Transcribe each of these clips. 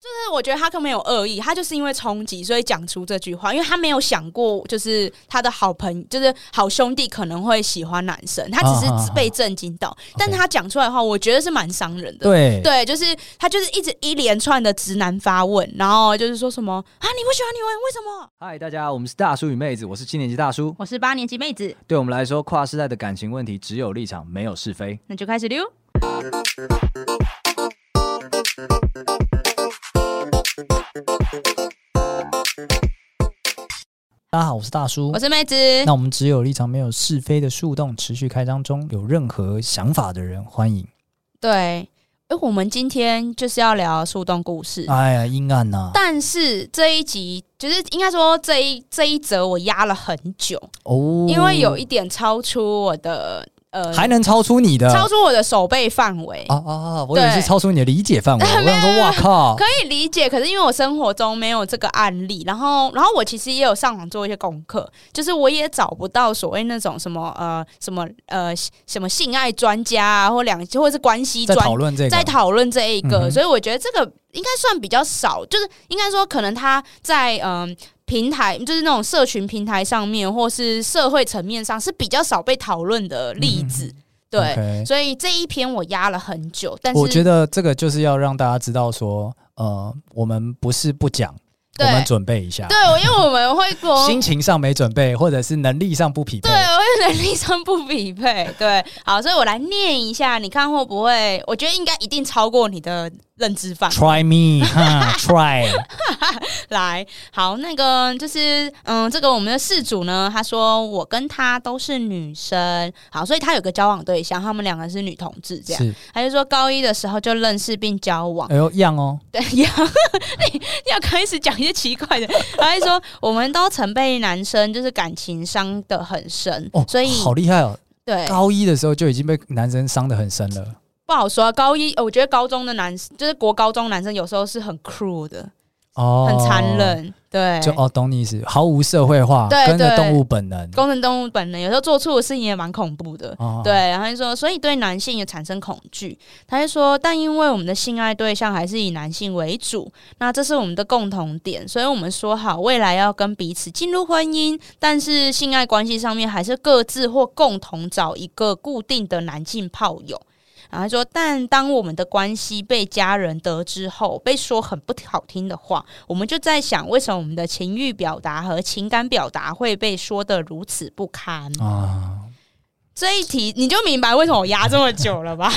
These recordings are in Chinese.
是我觉得他可没有恶意，他就是因为冲击，所以讲出这句话，因为他没有想过，就是他的好朋就是好兄弟可能会喜欢男生，他啊只是被震惊到。但他讲出来的话，我觉得是蛮伤人的。对对，就是他就是一直一连串的直男发问，然后就是说什么啊，你不喜欢女人，为什么？嗨，大家，我们是大叔与妹子，我是七年级大叔。我是八年级妹子，对我们来说，跨世代的感情问题只有立场，没有是非。那就开始溜。大家好，我是大叔我。是妹子，那我们只有立场，没有是非的树洞持续开张中，有任何想法的人欢迎。对。哎，我们今天就是要聊树洞故事。哎呀，阴暗呐、但是这一集就是应该说这一这一则我压了很久，哦，因为有一点超出我的呃，还能超出你啊的，超出我的手背范围，啊啊啊！我以为对是超出你的理解 范围，我想没说，有哇靠！可以理解。可是因为我生活中没有这个案例，然后然后我其实也有上网做一些功课，就是我也找不到所谓那种什么呃什么呃什么性爱专家啊，或两或者是关系在专啊讨论这个，在讨论这一嗯个，哼所以我觉得这个应该算比较少，就是应该说可能他在嗯。平台就是那种社群平台上面，或是社会层面上是比较少被讨论的例子，对嗯 OK 所以这一篇我压了很久，但是我觉得这个就是要让大家知道说，呃，我们不是不讲，我对们准备一下对，，我因为我们会国心情上没准备，或者是能力上不匹配对，。啊我能力上不匹配，对，好，所以我来念一下，你看会不会？我觉得应该一定超过你的认知范围。 Try me，哈 ，Try，来，好，那个就是，嗯，这个我们的事主呢，他说我跟他都是女生，好，所以他有个交往对象，他们两个是女同志，这样，是，他就说高一的时候就认识并交往，哎呦，样哦，对， 呀，你要开始讲一些奇怪的，他就说我们都曾被男生就是感情伤得很深，哦，所以好厉害哦，对，高一的时候就已经被男生伤得很深了，不好说啊，高一，呃我觉得高中的男，就是国高中男生有时候是很 cruel 的，哦，很残，忍，对，就哦，懂你意思，毫无社会化，对跟着对动物本能，工程动物本能有时候做错的事情也蛮恐怖的。哦对，，然后他就说，所以对男性也产生恐惧。他就说，但因为我们的性爱对象还是以男性为主，那这是我们的共同点，所以我们说好未来要跟彼此进入婚姻，但是性爱关系上面还是各自或共同找一个固定的男性炮友。然后他说，但当我们的关系被家人得知后，被说很不好听的话，我们就在想，为什么我们的情欲表达和情感表达会被说的如此不堪？啊，这一题你就明白为什么我压这么久了吧？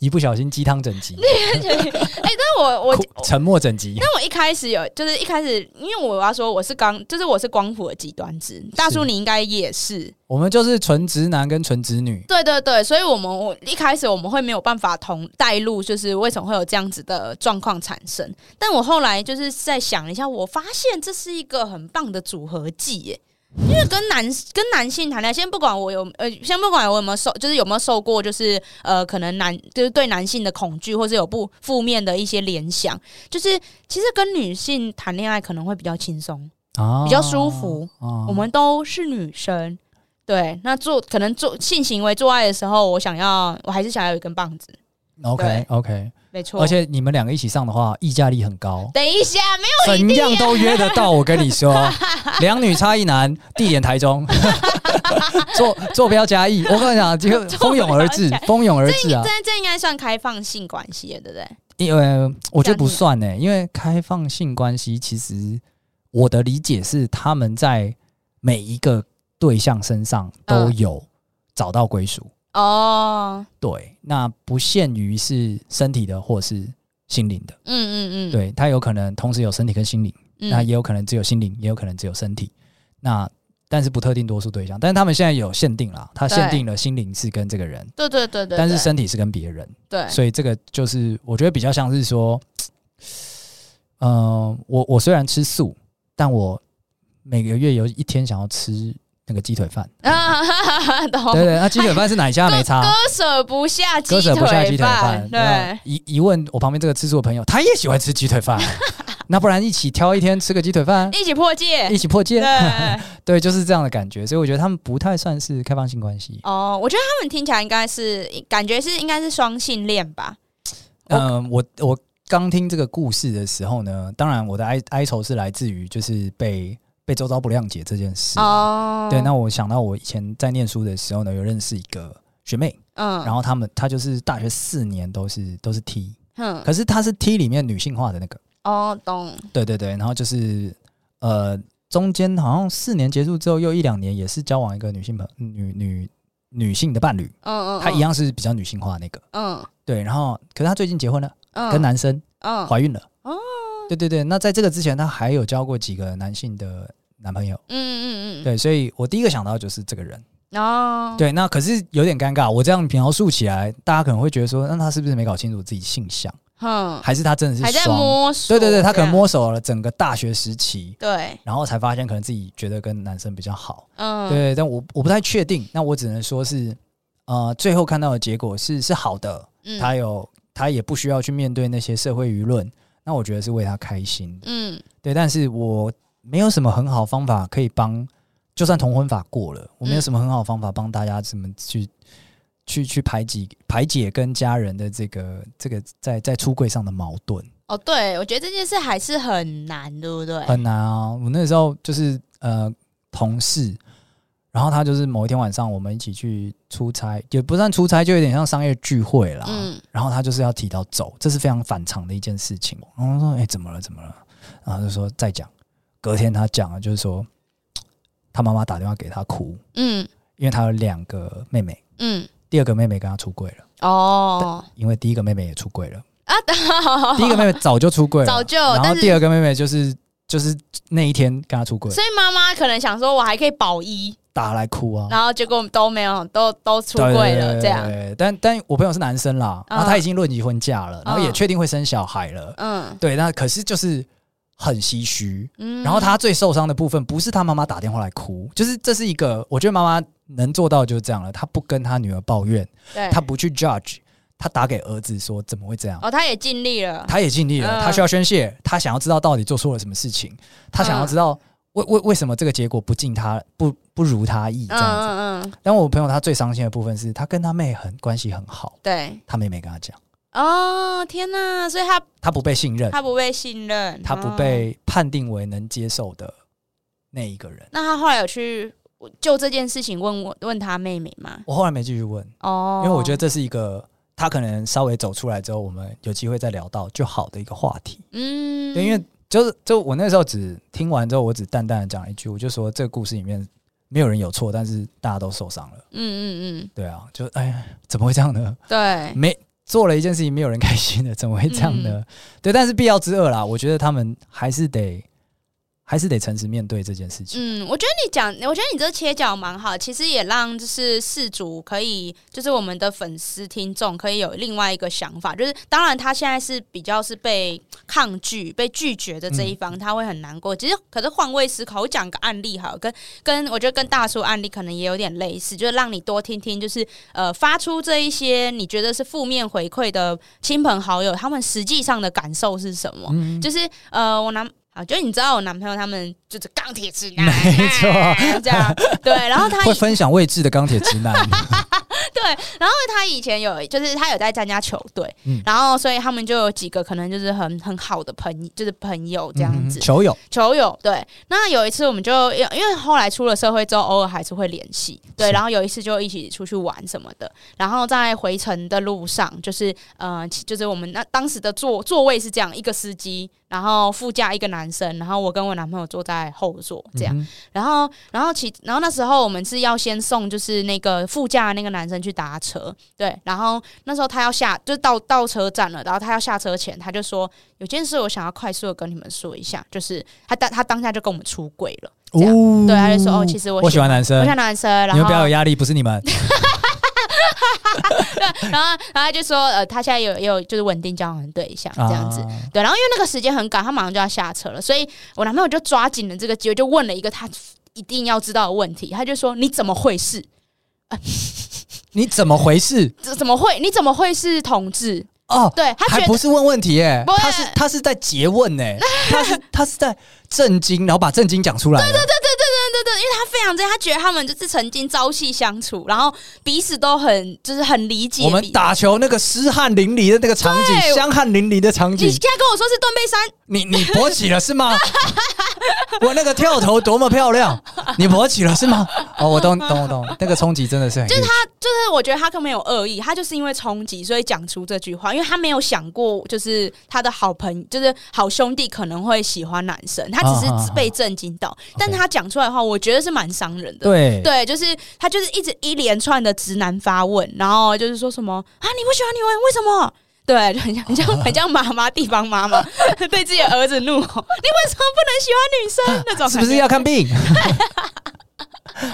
一不小心鸡汤整集， 哎、但 我我哭沉默 整集，但我一开始有，就是一开始，因为我要说我是刚，就是我是光谱的极端值，大叔你应该也是，我们就是纯直男跟纯直女，对对对，所以我们我一开始我们会没有办法同带入，就是为什么会有这样子的状况产生。但我后来就是在想了一下，我发现这是一个很棒的组合技耶。因为跟男跟男性谈恋爱，先不管我有呃，先不管我有没有受，就是有没有受过，就是呃，可能男就是对男性的恐惧，或是有不负面的一些联想，就是其实跟女性谈恋爱可能会比较轻松，啊比较舒服。啊我们都是女生，对，那做可能做性行为做爱的时候，我想要，我还是想要有一根棒子， OK 对 OK，没错。而且你们两个一起上的话，议价力很高，等一下，没有怎样都约得到。我跟你说，两女差一男，地点台中， 坐坐标嘉义。我跟你讲，就蜂拥而 至坐标嘉，蜂拥而至啊！这这应该算开放性关系了，对不对？因为呃我觉得不算呢、因为开放性关系，其实我的理解是他们在每一个对象身上都嗯有找到归属。哦，对，那不限于是身体的或是心灵的，嗯嗯嗯，对，它有可能同时有身体跟心灵，嗯，那也有可能只有心灵，也有可能只有身体，那但是不特定多数对象，但是他们现在有限定啦，它限对定了心灵是跟这个人，对对对对，但是对身体是跟别人，对 所以这个就是我觉得比较像是说，呃，我我虽然吃素，但我每个月有一天想要吃那个鸡腿饭，啊，哈哈哈懂，对对，那鸡腿饭是哪 一家没差？割舍不下鸡割舍不下鸡腿腿饭啊饭，，然对后。一一问我旁边这个吃素的朋友，他也喜欢吃鸡腿 饭，那不然一起挑一天吃个鸡腿饭，一起破戒一，起破戒对， 对，就是这样的感觉。所以我觉得他们不太算是开放哦性关系，哦，我觉得他们听起来应该是感觉是应该是双性恋吧，嗯，我我刚听这个故事的时候呢，当然我的哀哀愁是来自于就是被被周遭不谅解这件事。哦，啊对，那我想到我以前在念书的时候呢，有认识一个学妹，嗯，然后他们她就是大学四年都是都是 T，嗯哼，可是她是 T 里面女性化的那个，哦，懂，对对对，然后就是呃中间好像四年结束之后又一两年也是交往一个女性朋女女女性的伴侣，嗯嗯，她嗯，一样是比较女性化的那个，嗯对，然后可是她最近结婚了，嗯，跟男生嗯怀孕了。哦，对对对，那在这个之前，她还有交过几个男性的男朋友，嗯嗯嗯，对，所以我第一个想到就是这个人。对，哦，，对，那可是有点尴尬，我这样描述起来，大家可能会觉得说，那他是不是没搞清楚自己性向，哼，还是他真的哦还是在双？摸索，对对对，他可能这样，摸索了整个大学时期，对，然后才发现可能自己觉得跟男生比较好。嗯，对，但我我不太确定，那我只能说是，呃，最后看到的结果是是好的，嗯，他有他也不需要去面对那些社会舆论，那我觉得是为他开心的。嗯对，但是我没有什么很好方法可以帮，就算同婚法过了，我没有嗯什么很好方法帮大家怎么去、去去排解排解跟家人的这个这个在在出柜上的矛盾哦，对，我觉得这件事还是很难，对不对？很难啊。我那时候就是呃同事。然后他就是某一天晚上，我们一起去出差，也不算出差，就有点像商业聚会啦。嗯然后他就是要提到走，这是非常反常的一件事情。然后我说：“哎、怎么了？怎么了？”然后他就说再讲。隔天他讲了，就是说他妈妈打电话给他哭，嗯因为他有两个妹妹，嗯，第二个妹妹跟他出柜了，哦，因为第一个妹妹也出柜了，啊， 第一个妹妹早就出柜了，早就然后但是第二个妹妹就是就是那一天跟他出柜，所以妈妈可能想说，我还可以保一，打来哭啊。然后结果都没有，都都出对柜了，这样对，对对但但我朋友是男生啦，然后他已经论及婚嫁了，然后也嗯确定会生小孩了，嗯对，那可是就是很唏嘘，嗯，然后他最受伤的部分不是他妈妈打电话来哭，就是这是一个我觉得妈妈能做到就是这样了，她不跟她女儿抱怨，对她不去 judge，她打给儿子说怎么会这样，哦，他也尽力了，她也尽力了，嗯她需要宣泄，她想要知道到底做错了什么事情，她嗯想要知道为为为什么这个结果不尽她不不如她意这嗯样子。嗯嗯，但我朋友他最伤心的部分是他跟他妹很关系很好，对，他妹没跟他讲，哦，天哪，所以他他不被信任，他不被信任，他不哦，被判定为能接受的那一个人。那他后来有去就这件事情问我问他妹妹吗？我后来没继续问。哦，因为我觉得得，这是一个他可能稍微走出来之后，我们有机会再聊到就好的一个话题。嗯，对，因为就是就我那时候只听完之后，我只淡淡的讲了一句，我就说这个故事里面没有人有错，但是大家都受伤了。嗯嗯对啊，就哎呀，怎么会这样呢？嗯，对，没做了一件事情，没有人开心的，怎么会这样嗯呢？对，但是必要之恶啦，我觉得他们还是得还是得诚实面对这件事情。嗯，我觉得你讲，我觉得你这切角蛮好，其实也让就是事主可以，就是我们的粉丝听众可以有另外一个想法，就是当然他现在是比较是被抗拒、被拒绝的这一嗯方，他会很难过。其实，可是换位思考，我讲个案例好了，跟跟我觉得跟大叔案例可能也有点类似，就是让你多听听，就是呃发出这一些你觉得是负面回馈的亲朋好友，他们实际上的感受是什么？嗯，就是呃，我男啊，就是你知道我男朋友他们就是钢铁直男，哎没错这样对。然后他 会以分享位置的钢铁直男，对，然后他以前有就是他有在参加球队，嗯然后所以他们就有几个可能就是很很好的朋就是朋友 这样子、嗯 球友球友对。那有一次我们就因为因为后来出了社会之后，偶尔还是会联系，对。是然后有一次就一起出去玩什么的，然后在回程的路上，就是呃，其就是我们那当时的座座位是这样，一个司机，然后副驾一个男生，然后我跟我男朋友坐在后座这样。嗯然后，然后其然后那时候我们是要先送就是那个副驾那个男生去搭车，对。然后那时候他要下，就到到车站了，然后他要下车前，他就说有件事我想要快速的跟你们说一下，就是他当他当下就跟我们出轨了，这样哦对，他就说哦，其实我我喜欢男我生喜，欢男生，然你们不要后有压力，不是你们。 对，然后然后他就说呃，他现在有也有就是稳定交往的对象这样子，啊对，然后因为那个时间很赶，他马上就要下车了，所以我男朋友就抓紧了这个机会，就问了一个他一定要知道的问题，他就说：“你怎么会是？你怎么回事？这怎么会？你怎么会是同志？”哦，对他还觉不得。是问问题耶、不会他是 他是在诘问呢、他是他是在震惊，然后把震惊讲出来了。对对对对对对，因为他非常真，他觉得他们就是曾经朝夕相处，然后彼此都很就是很理解彼我此。们打球那个湿汗淋漓的那个场景，对香汗淋漓的场你 景现，在跟我说是断背山，你你勃起了是吗？ 我那个跳投多么漂亮，你勃起了是吗？哦，我懂懂我懂，那个冲击真的是很就是他就是我觉得他可没有恶意，他就是因为冲击，所以讲出这句话，因为他没有想过，就是他的好朋，就是好兄弟可能会喜欢男生，他只啊啊是啊被震惊到，但是他讲出来的话，我觉得是蛮伤人的。对对，就是他就是一直一连串的直男发问，然后就是说什么啊你不喜欢女人为什么？对，就很像很像很像妈妈地方妈妈 对自己的儿子怒吼，你为什么不能喜欢女生？那种是不是感觉要 看病？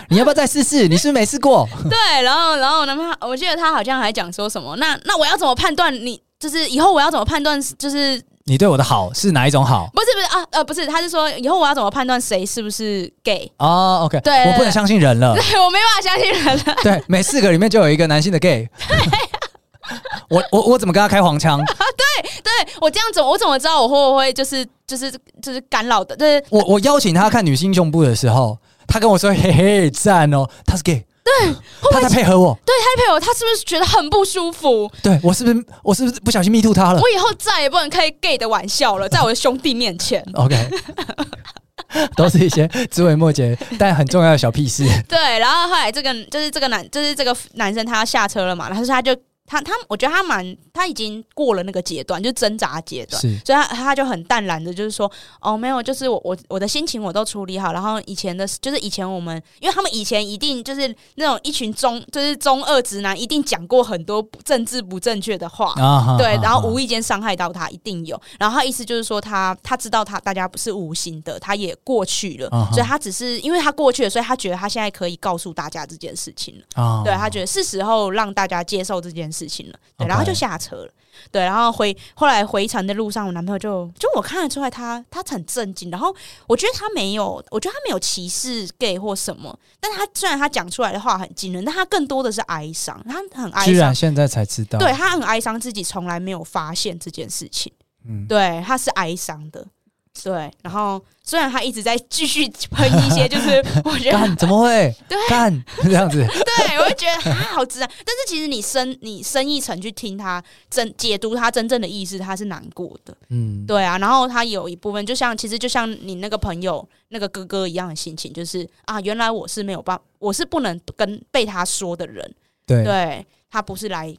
你要不要再试试？你是不是没试过？对，然后然后呢，他我记得他好像还讲说什么，那那我要怎么判断你？就是以后我要怎么判断？就是你对我的好是哪一种好？不是不是啊呃不是，他是说以后我要怎么判断谁是不是 gay？哦，OK，对我不能相信人 了。对我没办法相信人了，对，每四个里面就有一个男性的 gay。我我我怎么跟他开黄腔？对我这样怎么我怎么知道我会不会就是就是就是干扰的？就是我我邀请他看女性胸部的时候，他跟我说：“嘿嘿，赞哦，他是 gay。”对，他在配合我。对他的配偶，他是不是觉得很不舒服？对我是不是我是不是不小心迷吐他了我以后再也不能开 gay 的玩笑了，在我的兄弟面前。 ？OK，都是一些枝微末节但很重要的小屁事。对，然后后来这个就是这个男，就是这个男生他要下车了嘛，然后他就他他，我觉得他蛮他已经过了那个阶段，就挣扎阶段，是所以他他就很淡然的，就是说哦没有，就是我我我的心情我都处理好，然后以前的就是以前我们，因为他们以前一定就是那种一群中就是中二直男，一定讲过很多不政治不正确的话。啊哈对，然后无意意间伤害到他，一定有。然后他意思就是说他，他知道他大家不是无心的，他也过去了，啊哈所以他只是因为他过去了，所以他觉得他现在可以告诉大家这件事情了。啊对他觉得是时候让大家接受这件事情了，对， OK 然后就下车了。对，然后回后来回程的路上，我男朋友就就我看得出来他他很震惊，然后我觉得他没有，我觉得他没有歧视 gay 或什么，但他虽然他讲出来的话很惊人，但他更多的是哀伤，他很哀居伤然，现在才知道。对，他很哀伤，自己从来没有发现这件事情。嗯，对，他是哀伤的。对，然后虽然他一直在继续喷一些，就是 我觉得，干怎么会对？干这样子，对我就觉得啊，好直男。但是其实你深你深一层去听他真解读他真正的意思，他是难过的。嗯，对啊，然后他有一部分，就像其实就像你那个朋友那个哥哥一样的心情，就是啊，原来我是没有办，我是不能跟被他说的人。对对他不是来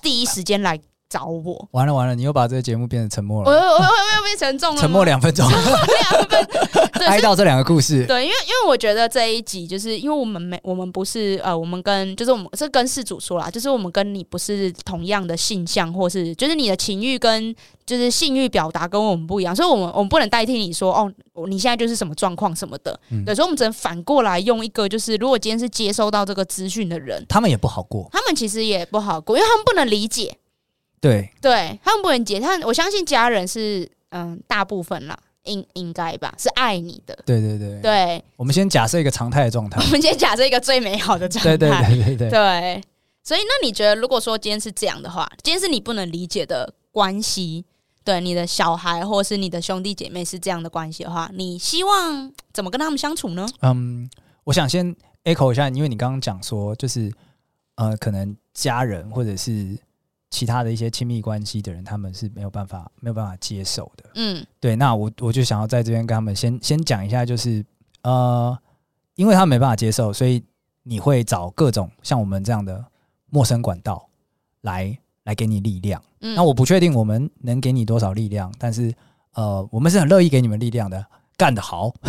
第一时间来找我，完了完了，你又把这个节目变成沉默我了，我我我又变成重了，沉默两 分钟，哀悼这两个故事。对，因为因为我觉得这一集就是因为我们没我们不是呃，我们跟就是我们是跟事主说啦，就是我们跟你不是同样的性向，或是就是你的情欲跟就是性欲表达跟我们不一样，所以我们我们不能代替你说哦，你现在就是什么状况什么的，嗯对，所以我们只能反过来用一个就是，如果今天是接收到这个资讯的人，他们也不好过，他们其实也不好过，因为他们不能理解，对，对他们不能理解，他们我相信家人是嗯大部分啦，应应该吧，是爱你的，对对对，对。我们先假设一个常态的状 态我，们今天假设一个最美好的状态，对对对对对，对所以那你觉得，如果说今天是这样的话，今天是你不能理解的关系，对你的小孩或是你的兄弟姐妹是这样的关系的话，你希望怎么跟他们相处呢？嗯，我想先 echo 一下，因为你刚刚讲说，就是呃，可能家人或者是其他的一些亲密关系的人，他们是没有办法没有办法接受的。嗯对，那我我就想要在这边跟他们先先讲一下，就是呃，因为他们没办法接受，所以你会找各种像我们这样的陌生管道来来给你力量。嗯，那我不确定我们能给你多少力量，但是呃，我们是很乐意给你们力量的。干得好，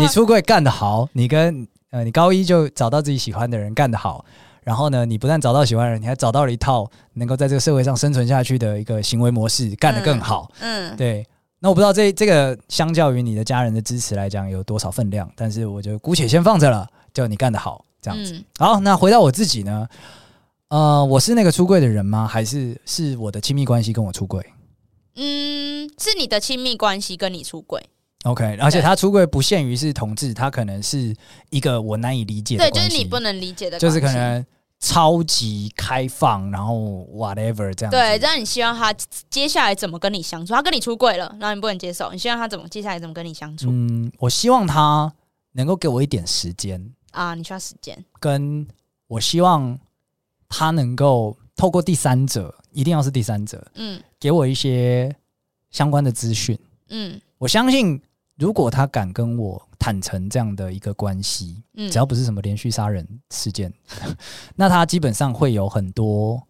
你出柜干得好，你跟呃你高一就找到自己喜欢的人干得好，然后呢，你不但找到喜欢的人，你还找到了一套能够在这个社会上生存下去的一个行为模式，干得更好。嗯对，那我不知道这这个相较于你的家人的支持来讲有多少分量，但是我就姑且先放着了，就你干得好这样子。嗯好，那回到我自己呢，呃，我是那个出柜的人吗？还是是我的亲密关系跟我出柜嗯，是你的亲密关系跟你出轨， ？OK，而且他出柜不限于是同志，他可能是一个我难以理解的对，就关系，是你不能理解的就是可关系能超级开放，然后 whatever 这样子。对，让你希望他接下来怎么跟你相处？他跟你出柜了，然后你不能接受，你希望他怎么接下来怎么跟你相处、嗯，我希望他能够给我一点时间，啊？你需要时间，跟我希望他能够透过第三者，一定要是第三者，嗯给我一些相关的资讯。嗯我相信，如果他敢跟我坦诚这样的一个关系，嗯，只要不是什么连续杀人事件， 那他基本上会有很多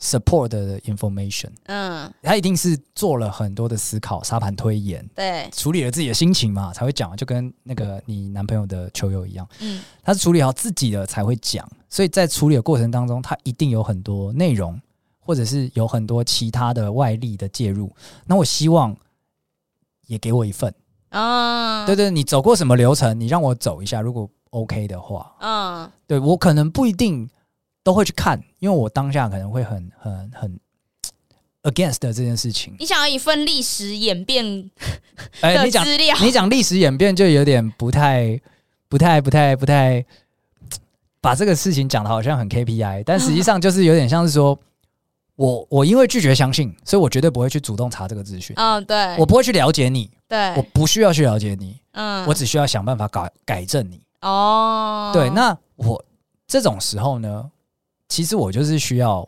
support 的 information。嗯他一定是做了很多的思考、沙盘推演，对，处理了自己的心情嘛，才会讲。就跟那个你男朋友的球友一样，嗯他是处理好自己的才会讲。所以在处理的过程当中，他一定有很多内容，或者是有很多其他的外力的介入。那我希望也给我一份。啊，对对，你走过什么流程，你让我走一下，如果 OK 的话，嗯对我可能不一定都会去看，因为我当下可能会很很很 against 这件事情。你想要一份历史演变哎、的你讲资料， 你讲历史演变就有点不太、不太、不太、不太，把这个事情讲的好像很 KPI，但实际上就是有点像是说，我我因为拒绝相信，所以我绝对不会去主动查这个资讯，嗯，对，我不会去了解你，我对，不需要去了解你，嗯，我只需要想办法改改正你。哦，对，那我这种时候呢，其实我就是需要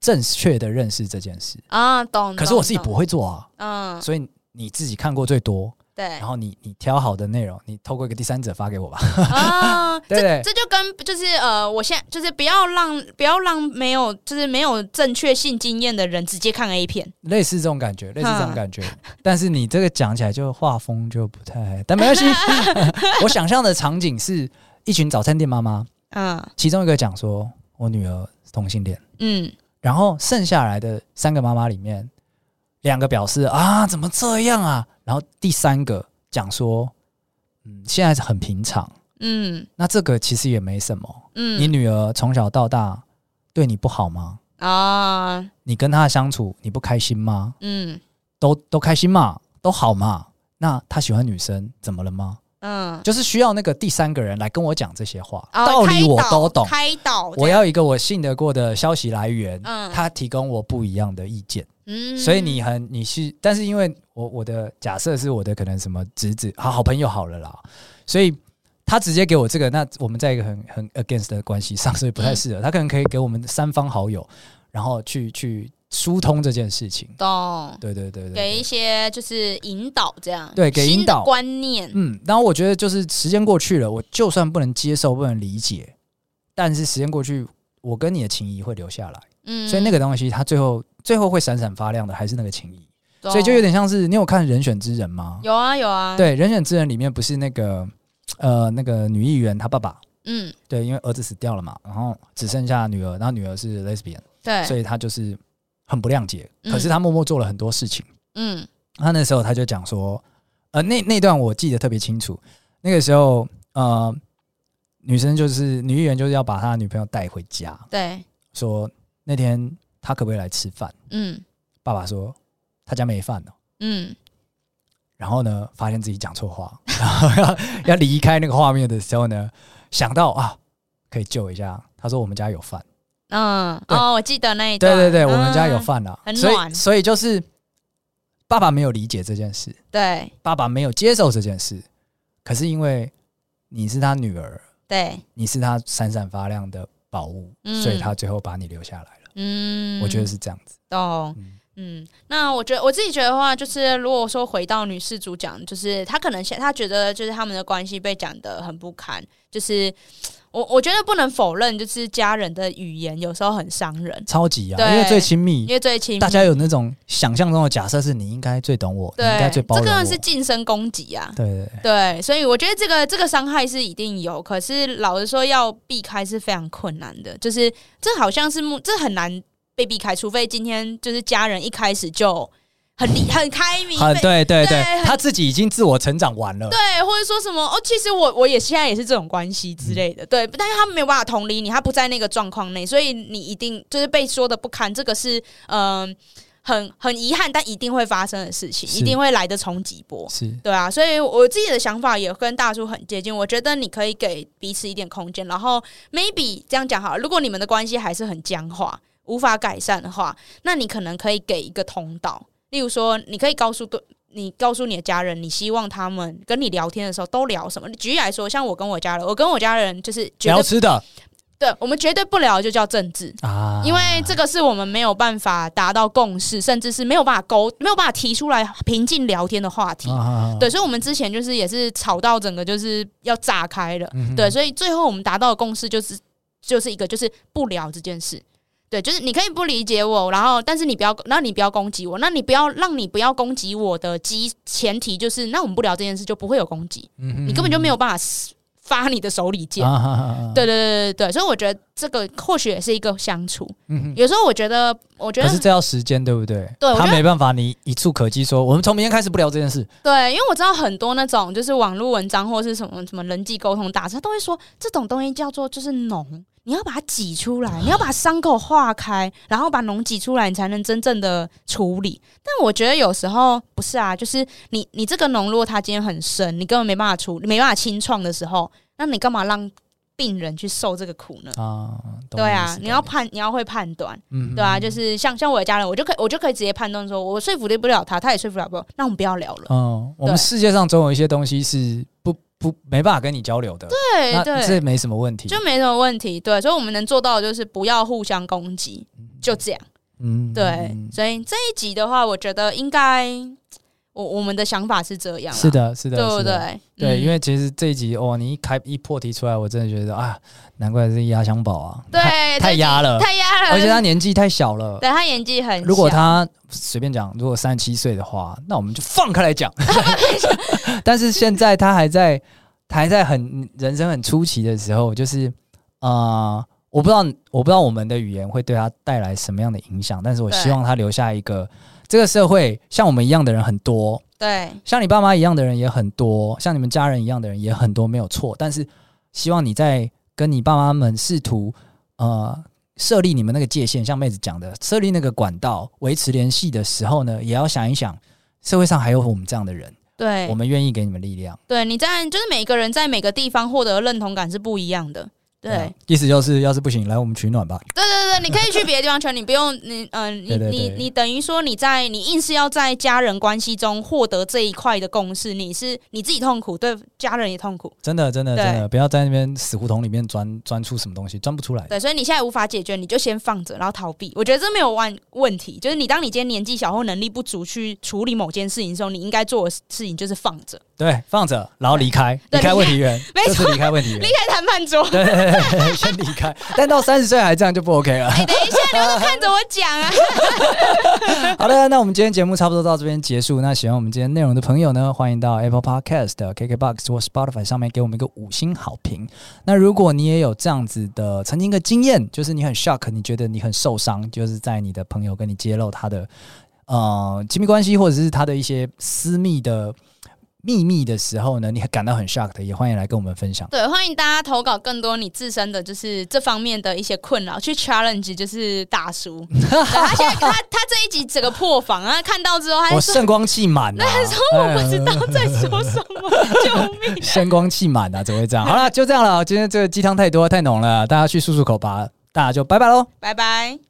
正确的认识这件事，啊，懂，可是我自己懂，不会做啊，懂嗯，所以你自己看过最多，对然，后你你挑好的内容，你透过一个第三者发给 我吧，啊， 对不对？这就跟就是呃，我现在就是不要让不要让没有就是没有正确性经验的人直接看 A 片，类似这种感觉，类似这种感觉。但是你这个讲起来就画风就不太，但 没关系。我想象的场景是一群早餐店妈妈，嗯其中一个讲说我女儿是同性恋，嗯然后剩下来的三个妈妈里面，两个表示啊怎么这样啊，然后第三个讲说嗯现在是很平常，嗯那这个其实也没什么。你嗯女儿从小到大对你不好吗？啊你跟她相处你不开心吗？嗯都都开心嘛，都好嘛。那她喜欢女生怎么了吗？嗯，就是需要那个第三个人来跟我讲这些话，哦道理我都懂。开导，我要一个我信得过的消息来源，嗯他提供我不一样的意见。嗯所以你很你是，但是因为我我的假设是我的可能什么侄子好好朋友好了啦，所以他直接给我这个，那我们在一个很很 against 的关系上，所以不太嗯适合。他可能可以给我们三方好友，然后去去疏通这件事情。懂。对对对对给一对，些就是引导，这样对给新的引导观念，嗯，然后我觉得就是时间过去了，我就算不能接受、不能理解，但是时间过去，我跟你的情谊会留下来，嗯，所以那个东西它最后最后会闪闪发亮的，还是那个情谊。懂所以就有点像是你有看《人选之人》吗？有啊有啊，，对，《人选之人》里面不是那个呃那个女议员她爸爸，嗯对，因为儿子死掉了嘛，然后只剩下女儿，然后女儿是 lesbian，对，所以她就是很不谅解，嗯可是她默默做了很多事情。嗯她那时候她就讲说，呃，那那段我记得特别清楚，那个时候呃，女生就是女议员就是要把她女朋友带回家，对，说那天她可不可以来吃饭？嗯爸爸说他家没饭哦。嗯然后呢，发现自己讲错话， 然后要要离开那个画面的时候呢，想到啊，可以救一下。他说我们家有饭，嗯，对哦，我记得那一对段，对对，我们家有嗯，饭啦、很所以暖所以就是爸爸没有理解这件事，对爸爸没有接受这件事，可是因为你是他女儿，对，你是他闪闪发亮的宝物，嗯所以他最后把你留下来了。嗯，我觉得是这样子。懂。嗯嗯，那我觉得我自己觉得的话，就是如果说回到女事主讲，就是她可能现她觉得就是他们的关系被讲得很不堪，就是我我觉得不能否认，就是家人的语言有时候很伤人，超级啊，对因为最亲因密，为最亲密大家有那种想象中的假设是你应该最懂我，你应该对最包这容我。个是近身攻击啊，对对对。对，所以我觉得这个这个伤害是一定有，可是老实说要避开是非常困难的，就是这好像是目这很难被避开，除非今天就是家人一开始就很 理很开明，很被啊对对对对，很他自己已经自我成长完了。对，或者说什么哦，其实我我也现在也是这种关系之类嗯的，对，但是他没有办法同理你，他不在那个状况内，所以你一定就是被说的不堪，这个是嗯、呃很很遗憾，但一定会发生的事情，是一定会来的冲击波。是对啊，所以我自己的想法也跟大叔很接近。我觉得你可以给彼此一点空间，然后 maybe 这样讲好了，如果你们的关系还是很僵化，无法改善的话，那你可能可以给一个通道，例如说，你可以告诉对。你告诉你的家人，你希望他们跟你聊天的时候都聊什么？举例来说，像我跟我家人，我跟我家人就是绝聊对吃的对，我们绝对不聊就叫政治，啊，因为这个是我们没有办法达到共识，甚至是没有办法沟、没有办法提出来平静聊天的话题。啊啊啊对，所以我们之前就是也是吵到整个就是要炸开了。嗯哼对，所以最后我们达到的共识就是就是一个就是不聊这件事。对，就是你可以不理解我，然后但是你不要，那你不要攻击我，那你不要让你不要攻击我的基前提就是，那我们不聊这件事就不会有攻击，嗯哼你根本就没有办法发你的手里剑。啊啊啊啊对对对对对，所以我觉得这个或许也是一个相处。嗯哼有时候我觉得，我觉可是得这要时间，对不对？对我他觉得没办法，你一触可及说，我们从明天开始不聊这件事。对，因为我知道很多那种就是网络文章或是什么什么人际沟通大师，他都会说这种东西叫做就是脓，你要把它挤出来，你要把伤口化开，然后把脓挤出来，你才能真正的处理。但我觉得有时候不是啊，就是你你这个脓如果它今天很深，你根本没办法处理，没办法清创的时候，那你干嘛让病人去受这个苦呢？啊，懂对意啊思，你要懂判，你要会判断。意思嗯对啊，就是像像我的家人，我就可以我就可以直接判断说，我说服得不了他，他也说服不了我，那我们不要聊了。嗯，我们对世界上总有一些东西是不不没办法跟你交流的，对那对，这没什么问题。就没什么问题。对，所以我们能做到的就是不要互相攻击，就这样。嗯对嗯，所以这一集的话，我觉得应该我我们的想法是这样，啊是，的，嗯是的，对不是的对？对，嗯因为其实这一集哇，你一开一破题出来，我真的觉得啊，难怪是压箱宝啊，太对太压了，太压了，而且他年纪太小了。对他演技很小，如果他随便讲，如果三十七岁的话，那我们就放开来讲。 但是现在他还在，他还在很人生很初期的时候，就是呃，我不知道我不知道我们的语言会对他带来什么样的影响，但是我对希望他留下一个这个社会像我们一样的人很多，对像你爸妈一样的人也很多，像你们家人一样的人也很多，没有错。但是希望你在跟你爸妈们试图呃设立你们那个界限，像妹子讲的，设立那个管道，维持联系的时候呢，也要想一想，社会上还有我们这样的人，对我们愿意给你们力量。对，你在就是每个人在每个地方获得的认同感是不一样的，对啊。，意思就是要是不行，来我们取暖吧。对对对，你可以去别的地方圈，你不用你嗯、呃你对对你对你等于说你在你硬是要在家人关系中获得这一块的共识，你是你自己痛苦，对家人也痛苦，真的，真的，对真的，不要在那边死胡同里面钻钻出什么东西，钻不出来。对，所以你现在无法解决，你就先放着，然后逃避。我觉得这没有问问题，就是你当你今天年纪小或能力不足去处理某件事情的时候，你应该做的事情就是放 着，对，放着，然后离开，离对开问题源，没就是离开问题源离。开谈判桌。对对对对，先离开。但到三十岁还这样就不 OK 了。等一下，你要看着我讲啊！好的，那我们今天节目差不多到这边结束。那喜欢我们今天内容的朋友呢，欢迎到 Apple Podcast、KKBox 或 Spotify 上面给我们一个五星好评。那如果你也有这样子的曾经一个经验，就是你很 shock，你觉得你很受伤，就是在你的朋友跟你揭露他的呃亲密关系或者是他的一些私密的秘密的时候呢，你感到很 shock 的，也欢迎来跟我们分享。对，欢迎大家投稿更多你自身的就是这方面的一些困扰，去 challenge 就是大叔。对他现在他他这一集整个破防啊，看到之后他就我说圣光气满、啊， 那时候我不知道在说什么，救命！声光气满啊，怎么会这样？好了，就这样了。今天这个鸡汤太多太浓了，大家去漱漱口吧。大家就拜拜喽。拜拜。